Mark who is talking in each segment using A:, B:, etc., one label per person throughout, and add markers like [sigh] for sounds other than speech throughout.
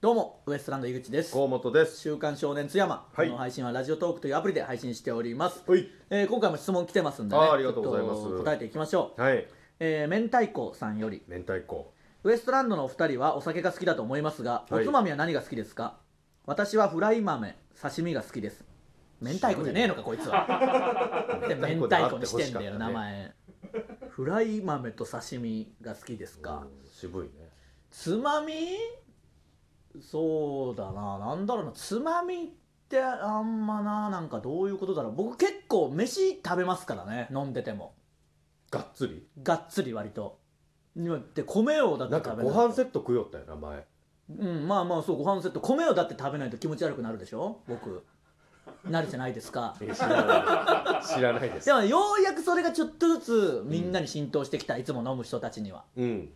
A: どうもウエストランド井口です
B: 河本です
A: 週刊少年津山、
B: はい
A: この配信はラジオトークというアプリで配信しております、
B: はい
A: えー今回も質問来てますんでね
B: あーありがとうございます
A: ちょっ答えていきましょう、
B: はい
A: えー明太子さんより
B: 明太子
A: ウエストランドのお二人はお酒が好きだと思いますが、
B: はい
A: おつまみは何が好きですか私はフライ豆刺身が好きです明太子じゃねえのかこいつは
B: [laughs]
A: で明太子にしてんだよ、名前フライ豆と刺身が好きですか、
B: うん渋いね
A: つまみそうだななんだろうなつまみってあんまななんかどういうことだろう僕結構飯食べますからね飲んでても
B: がっつり
A: がっつり割とで米をだって
B: なんか
A: 食べ
B: ご
A: ない
B: 飯セット食いよったよ
A: [laughs]
B: な前
A: うんまあまあそうご飯セット米をだって食べないと気持ち悪くなるでしょ僕慣れてないですか
B: 知らない知らないです
A: でもようやくそれがちょっとずつみんなに浸透してきた、いつも飲む人たちには
B: うん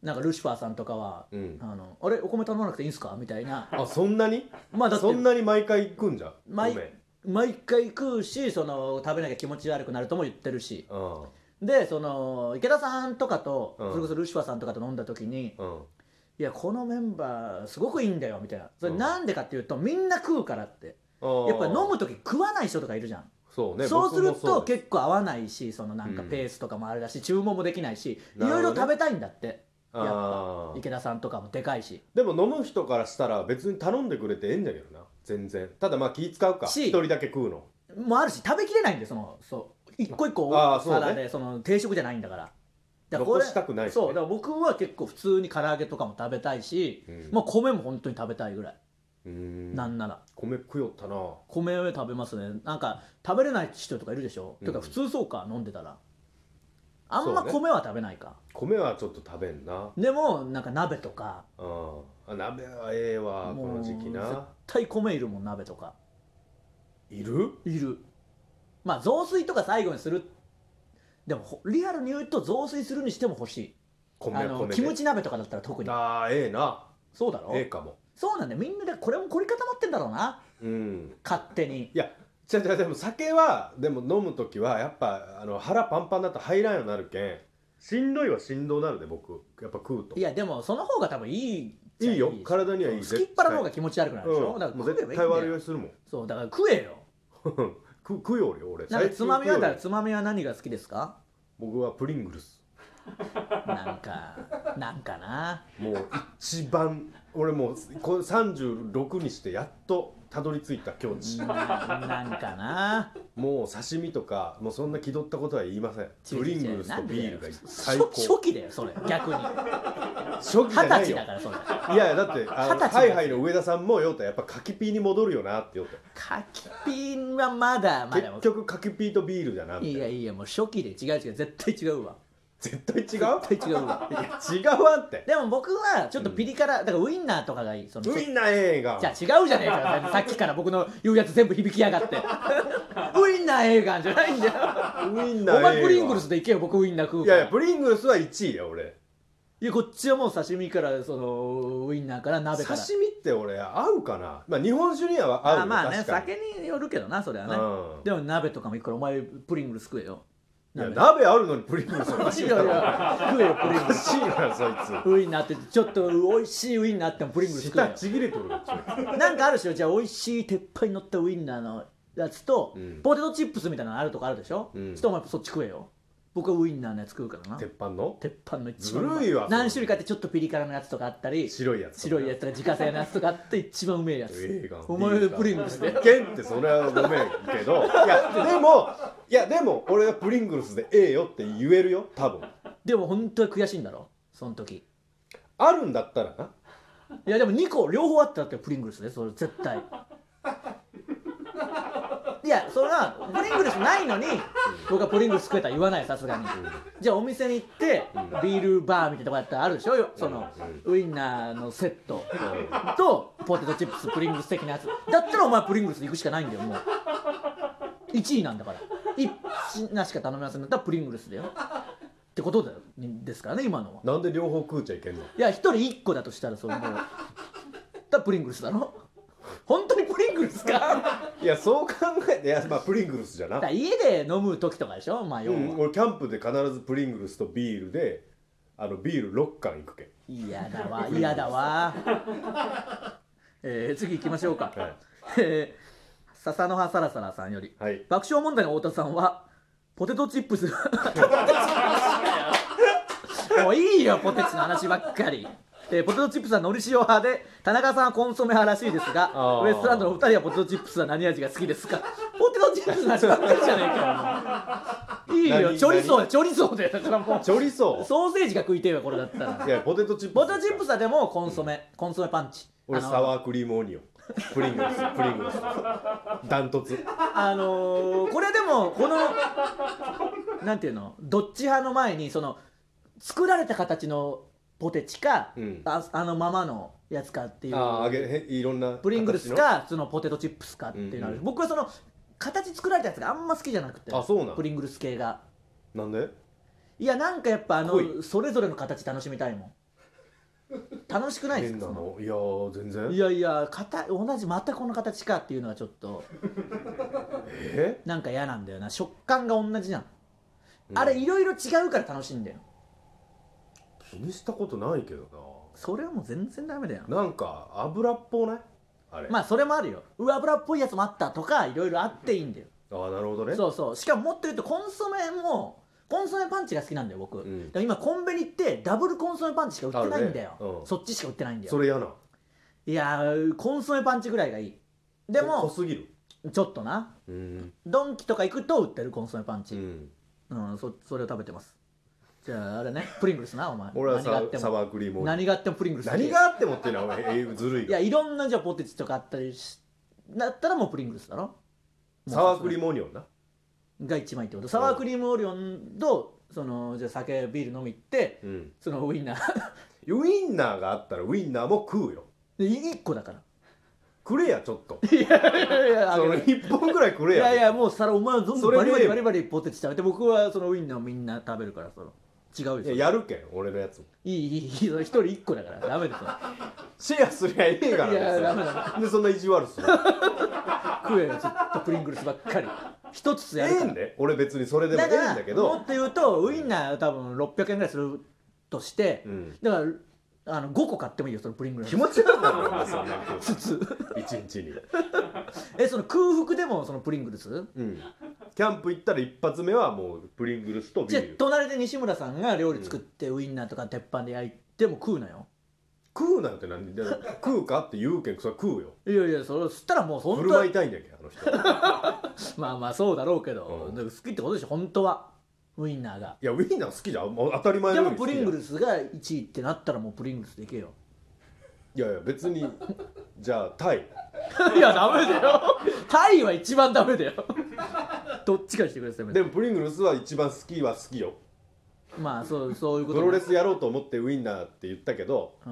A: なんかルシファーさんとかは「
B: うん
A: あのあれお米頼まなくていいんすか?」みたいな
B: あそんなに
A: まあだって
B: そんなに毎回行くんじゃん
A: 毎
B: ごめん
A: 毎回食うしその食べなきゃ気持ち悪くなるとも言ってるし
B: うん
A: でその池田さんとかと、
B: うん
A: それこそルシファーさんとかと飲んだ時に「
B: うん
A: いやこのメンバーすごくいいんだよ」みたいなそれ
B: うん
A: なんでかっていうとみんな食うからって
B: や
A: やっぱり飲む時食わない人とかいるじゃん
B: そうね
A: そうする
B: 僕もそ
A: と
B: うです
A: 結構合わないしそのなんか
B: うん
A: ペースとかもあれだし注文もできないしい
B: なる
A: ろ
B: ほ
A: い
B: ど
A: ろ
B: ね
A: 食べたいんだってやっぱ
B: あー
A: 池田さんとかもでかいし
B: でも飲む人からしたら別に頼んでくれてええんだけどな全然ただまあ気使うか
A: し
B: 一人だけ食うの
A: もあるし食べきれないんでそのそう一個一個
B: ああ
A: 大
B: そうね
A: 皿でその定食じゃないんだからだから
B: 残したくないしね
A: そうだから僕は結構普通に唐揚げとかも食べたいし、
B: うん
A: まあ、米も本当に食べたいぐらい、
B: うーん
A: なんなら
B: 米食いよったな
A: 米は食べますねなんか食べれない人とかいるでしょ、
B: うん
A: てか普通そうか飲んでたらあんま
B: そうね
A: 米は食べないか、
B: 米はちょっと食べんな
A: でもなんか鍋とか
B: うんあ鍋はええわこ
A: も
B: の
A: う
B: 時期
A: 絶
B: な
A: 対米いるもん鍋とか
B: いる
A: いるまあ雑炊とか最後にするでもほリアルに言うと雑炊するにしても欲しい
B: 米
A: あの
B: 米で
A: キムチ鍋とかだったら特に
B: あーええな
A: そうだろ、
B: ええかも
A: そうなんだよみんなでこれも凝り固まってんだろうな
B: うん
A: 勝手に
B: いやじゃじゃでも酒はでも飲む時はやっぱあの腹パンパンだと入らんようになるけんしんどいはしんどうなるで僕やっぱ食うと
A: いやでもその方が多分いい
B: いいよ体にはいい
A: 好きっ腹の方が気持ち悪くなるでしょ、
B: うん
A: だから
B: もう
A: 食えばいい
B: 絶
A: んだ
B: 対
A: よ
B: 悪酔いするもん [laughs]
A: そうだから食えよ
B: 食食うより
A: な
B: 俺
A: んか
B: 最近
A: つまみはだか
B: 食うよ
A: ら
B: り
A: つまみは何が好きですか
B: 僕はプリングルス
A: なんかなんかな
B: もう一番俺もうこれ36にしてやっとたどり着いた境地
A: なんかな
B: もう刺身とかもうそんな気取ったことは言いませんプリングルスとビールが最
A: 初
B: 高
A: 初期だよそれ逆に二
B: 初期じゃ
A: 十
B: ない
A: 歳
B: よ
A: だからそれ
B: いやいやだってあ
A: 二
B: の
A: 十歳
B: ハイハイの上田さんもようたやっぱ柿ピーに戻るよなって言うた
A: カキピンはまだまだ
B: 結局柿ピーとビールだな
A: い
B: みたい
A: や
B: ない
A: やもう初期で違う違う絶対違うわ
B: 絶対違う
A: 絶対違うわ
B: 違うわって
A: でも僕はちょっとピリ辛、だからウインナーとかがいいその
B: ウインナーええが
A: じゃあ違うじゃねえかよさっきから僕の言うやつ全部響きや
B: [laughs]
A: がってウインナー映画じゃないんだよ
B: ウインナーええ
A: お前プリングル
B: ス
A: スで行けよ僕ウインナー食う
B: い
A: から
B: やいやプリングルスは1位や俺
A: いやこっちはもう刺身からそのウインナーから鍋から
B: 刺身って俺合うかなまあ日本酒には合う
A: あ
B: よ
A: まあね
B: 確かに
A: 酒によるけどなそれはね、
B: うん
A: でも鍋とかも行くからお前プリングルス食えよ
B: いや鍋あるのにプリングルスおかしい
A: い
B: だ
A: やい
B: ろ
A: や食えよプリン
B: お
A: グ
B: か
A: ルス
B: しいなそい
A: ウインナーってちょっと美味しいウインナーあってもプリングル
B: つ
A: ス食え
B: 舌
A: よ
B: ちぎれとるよちょい
A: なんかあるでしょじゃあ美味しい鉄板に乗ったウインナーのやつと、
B: うん
A: ポテトチップスみたいなのあるとこあるでしょ、
B: うん
A: ちょっとお前そっち食えよ僕はウインナーのやつ食うからな
B: 鉄板の
A: 鉄板の一
B: ず
A: 番うま
B: るいわそれ
A: 何種類かあってちょっとピリ辛のやつとかあったり
B: 白いやつ
A: 白いやつとか自家製のやつとかあって一番うめえやつ
B: ええが
A: お前プリングルスで
B: いけんってそれはごめんけどいやでもいやでも俺はプリングルスでええよって言えるよ多分
A: でも本当は悔しいんだろその時
B: あるんだったらない
A: やでも2個両方あったらってプリングルスでそれ絶対いやそれはプリングルスないのに僕はプリングルス食えたら言わないさすがにじゃあお店に行ってビールバーみたいなとこやったらあるでしょよそのウインナーのセットとポテトチップスプリングルス的なやつだったらお前プリングルスで行くしかないんだよもう1位なんだから1品しか頼めませんだったらプリングルスだよってことだよですからね今のは
B: なんで両方食うちゃいけんの
A: いや一人一個だとしたらそのだからプリングルスだろ本当にプリングルスかだ
B: いやそう考えていやまあプリングルスじゃな
A: から家で飲む時とかでしょまあ
B: う
A: 要は、
B: ん、俺キャンプで必ずプリングルスとビールであのビール6缶いくけん
A: 嫌だわ嫌だわえー次行きましょうか、
B: はい
A: えー笹の葉サラサラさんより
B: はい
A: 爆笑問題の太田さんはポテトチッ
B: [laughs]
A: プスもういいよポテチの話ばっかりでポテトチップスはのり塩派で田中さんはコンソメ派らしいですが
B: あー
A: ウエストランドのお二人はポテトチップスは何味が好きですかポテトチップスの味ばっかりじゃねえかよもういいよ
B: 何
A: チョリソーだチョリソーだよだからもう
B: チョリソー
A: ソーセージが食いてえわこれだったら
B: いやポテトチップ
A: ポテトチップス
B: ス
A: はでもコンソメ、コンソメパンチ
B: 俺
A: あの
B: サワークリームオニオンプリン
A: [laughs]
B: グルスプリングルスダントツ
A: あのーこれでもこのなんていうのどっち派の前にその作られた形のポテチか、
B: うん
A: ああのままのやつかっていう
B: あああげへいろんな
A: プリングルス
B: 形の
A: かそのポテトチップスかっていうのある、
B: うんうん
A: 僕はその形作られたやつがあんま好きじゃなくて
B: あそうなん
A: プリングルス系が
B: なんで
A: いやなんかやっぱあ
B: 濃い
A: のそれぞれの形楽しみたいもん楽しくないです
B: 変
A: か
B: な
A: その
B: のいやー全然
A: いやいや形同じまたこの形かっていうのはちょっと
B: え
A: なんか嫌なんだよな食感が同じじゃん、
B: うん
A: あれいろいろ違うから楽しいんだよ
B: 気にしたことないけど
A: それはもう全然ダメだよ
B: ななんか油っぽないあれ、
A: まあそれもあるよ上油っぽいやつもあったとかいろいろあっていいんだよ
B: あーなるほどね
A: そうそうしかももっと言うとコンソメもコンソメパンチが好きなんだよ僕、
B: ん
A: だから今コンビニ行ってダブルコンソメパンチしか売ってないんだよ、
B: あるねうん
A: そっちしか売ってないんだよ
B: それ嫌ない
A: やーコンソメパンチぐらいがいいで
B: 濃
A: も
B: すぎる
A: ちょっとな
B: うん、
A: ドンキとか行くと売ってるコンソメパンチ、
B: うん、
A: うん、そそれを食べてますじゃああれねプリングルスなお前
B: 俺は
A: 何があ
B: さ
A: っても
B: サワークリームオニオン
A: 何があってもプリングルス好き
B: 何があってもっていうのはお前えーずるい
A: い
B: が
A: やいろんなじゃあポテチとかあったりしだったらもうプリングルスだろ
B: サワークリー
A: ム
B: ムオニオンな
A: が一番いいってことサワークリームオリオンとそのじゃあ酒ビール飲み行って
B: うん
A: そのウインナー [laughs]
B: ウインナーがあったらウインナーも食うよ
A: で1個だから
B: くれやちょっと
A: いやいや
B: [laughs] その1本ぐらいくれ
A: い
B: や
A: やいやもうさらお前はどんど
B: そ
A: ん
B: れ
A: バ
B: で
A: リバリバリバリポテチ食べて僕はそのウインナーをみんな食べるからその違う
B: いや
A: でしょ
B: やるけん俺のやつも
A: いいいいいいその一人一個だからダメですよ
B: シェアすりゃええが
A: いやダ
B: な
A: メ
B: 別にでそんな意地悪する
A: 食えよずっとプリングルスばっかり一つ
B: え
A: やるから
B: えんで俺別にそれでもえ
A: だ
B: え
A: か
B: んだけ
A: らも
B: ど
A: っと言うとウインナー多分600円ぐらいするとして、
B: うん
A: だからあの5個買ってもいいよそのプリングルス
B: 気持ち悪いだろお前そんな食う
A: つつ
B: 一日に
A: えその空腹でもそのプリングルス
B: うんキャンプ行ったら一発目はもうプリングルスとビ
A: じゃあ
B: ール
A: 隣で西村さんが料理作って、ウインナーとか鉄板で焼いても食うなよ
B: 食うなんて何で食うかって言うけんそれ食うよ
A: いやいやそれそしたらもう本
B: 振
A: 当
B: る
A: は
B: 舞いたいんだけどあの人
A: まあまあそうだろうけど、
B: うん
A: でも好きってことでしょ本当はウインナーが
B: いやウィンナー好きじゃんもう当たり前
A: で
B: のよう
A: もプ
B: に好
A: リ
B: きじゃ
A: ン
B: ん
A: グルスが1位ってなったらもうプリングルスでいけ
B: [laughs]
A: よ
B: いやいや別にじゃあタイ
A: いやダメだよタイは一番ダメ
B: [laughs]
A: だよどっちかにしてください
B: でもプリングルスは一番好きは好きよ
A: まあそうそういうこ
B: プ
A: とね
B: ロレスやろうと思ってウインナーって言ったけど
A: う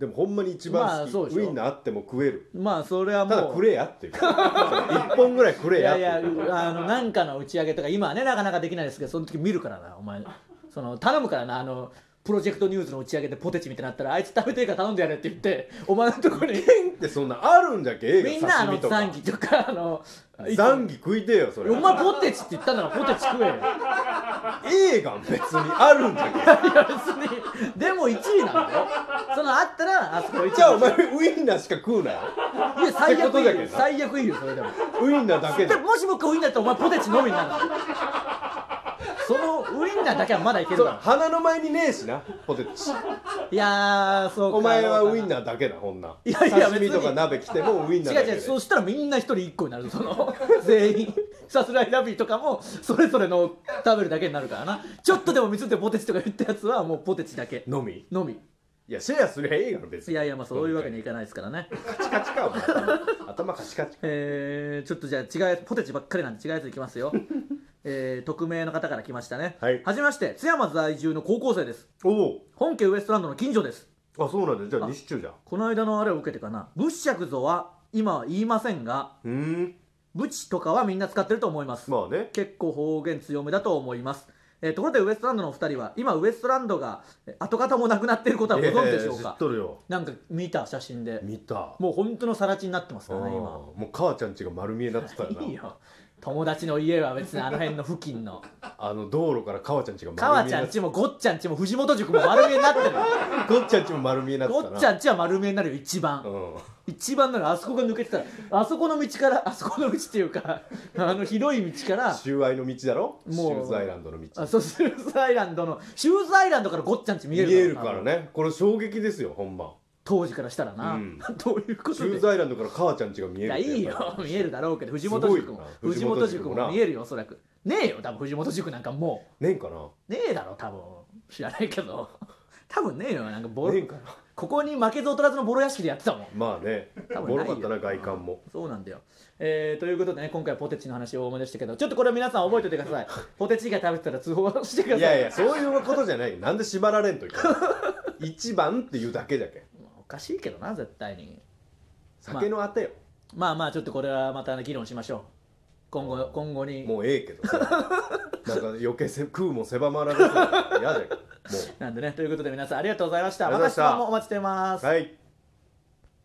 B: でもほんまに一番
A: ま
B: 好
A: あ
B: き、
A: そうでし
B: ウ
A: ょ
B: インナーあっても食える
A: んまあそれはも
B: た
A: う
B: だくれやっていうその一本ぐらいくれ
A: い
B: やっ
A: や
B: て
A: い
B: いう
A: やあのなんかの打ち上げとか今はねなかなかできないですけどその時見るからなお前その頼むからなあのプロジェクトニュースの打ち上げでポテチみたいになったらあいつ食べていいから頼んでやれって言ってお前のところに
B: でそんなあるんじゃけえ
A: みん
B: よ
A: なあ
B: 刺
A: の
B: 身とか
A: 残機とかあの
B: 残儀食いてえよそれ
A: お前ポテチって言ったんだからポテチ食えよ
B: ええがん別にあるんじゃけ
A: いや別にでも1位なんだよそのあったらあそこ1位
B: え
A: [laughs]
B: じゃあお前ウインナーしか食うなよ
A: いや最
B: ってこと
A: 悪いい
B: だけ
A: よ
B: どな
A: 最悪いいよそれでも
B: ウインナーだけで
A: [laughs] でもし僕ウインナーだったらお前ポテチのみになるのそのウインナーだけはまだいける
B: そう
A: か
B: 鼻の前にねえしなポテチ
A: らいやーそうか
B: お前はウイン
A: ー
B: ナーだけだほんなん
A: いやいや
B: 刺身と
A: 別
B: か
A: に
B: 鍋来てもウインナー
A: 違
B: だ
A: う
B: け
A: 違う
B: で
A: そうしたらみんな一人一個になるその [laughs] 全員さすらいラビーとかもそれぞれの食べるだけになるからなちょっとでも水でポテチとか言ったやつはもうポテチだけ
B: のみ
A: のみ
B: いやシェアすりゃええやろ別
A: い
B: に
A: やいやまあそういうわけにはいかないですから
B: [laughs]
A: ね
B: カチカチかお前頭頭カチカチ
A: えー、ちょっとじゃあ違うポテチばっかりなんで違うやついきます
B: [laughs]
A: よえー、匿名の方から来ましたね
B: はい
A: じめまして津山在住の高校生です
B: お
A: 本家ウエストランドの近所です
B: おあそうなんだじゃあ西中じゃん
A: この間のあれを受けてかな仏釈像は今は言いませんが
B: うーん
A: 仏とかはみんな使ってると思います、
B: まあね
A: 結構方言強めだと思います、えーところでウエストランドのお二人は今ウエストランドがえー跡形もなくなっていることはご存知でしょう
B: えー知
A: か
B: っ、とるよ
A: なんか見た写真で
B: 見た
A: もう本当の更地になってます
B: あー
A: からね今
B: もう母ちゃんちが丸見えになってたよない
A: いよ友達の家は別にあの辺の付近の
B: あの道路から川ちゃんちが
A: 川
B: 丸見
A: ち
B: え
A: ゃん
B: に
A: ちもごっちゃんちも藤本塾も丸見えになってる
B: なってごっちゃんちも丸見えになって
A: ご
B: たな
A: っちゃんちは丸見えになるよ一番、
B: うん
A: 一番なのあそこが抜けてたらあそこの道からあそこの道っていうか [laughs] あの広い道から
B: 収愛の道だろシ
A: もう
B: ューズアイランドの道
A: あそうシューズアイランドのシューズアイランドからごっちゃんち見
B: 見
A: え
B: え
A: るの
B: るからねこれ衝撃ですよ本番
A: 当時からしたらな、
B: うん
A: [laughs] どういうこ
B: シ
A: と
B: ュー
A: で
B: ズアイランドから母ちゃんちが見え
A: い
B: るっ
A: や
B: て
A: いい
B: やっぱ
A: よ見えるだろうけど藤本塾も
B: すごいよな
A: 藤本塾
B: 藤本塾もな
A: も見えるよおそらくねえよ多分藤本塾なんかも
B: りねえんかな
A: うねえだろ多分知らないけど [laughs] 多分ねえよなんかボロ、
B: ねえんかな
A: ここに負けず劣らずのボロ屋敷でやってたもん
B: まあね
A: 多分
B: ボ
A: な
B: ロ
A: いよ
B: かったな外観も
A: そうなんだよ、えーということでね今回はポテチの話を多めでしたけどちょっとこれは皆さん覚えておいてください
B: [laughs]
A: ポテチ以外食べてたら通報してください
B: いやいやそういうことじゃないよなんで縛られんといかん一番っていうだけじゃけん
A: おかしいけどな絶対に
B: 酒のあてよ、
A: まあまあちょっとこれはまた議論しましょう今後今後に
B: もうええけどさなんか余計せ食うも狭まられそうだから嫌じゃけんも
A: なんでねということで皆さんありがとうございました
B: ありが
A: ま
B: とう
A: た質
B: ござ
A: 問
B: いました
A: もお待ちしてます
B: うはい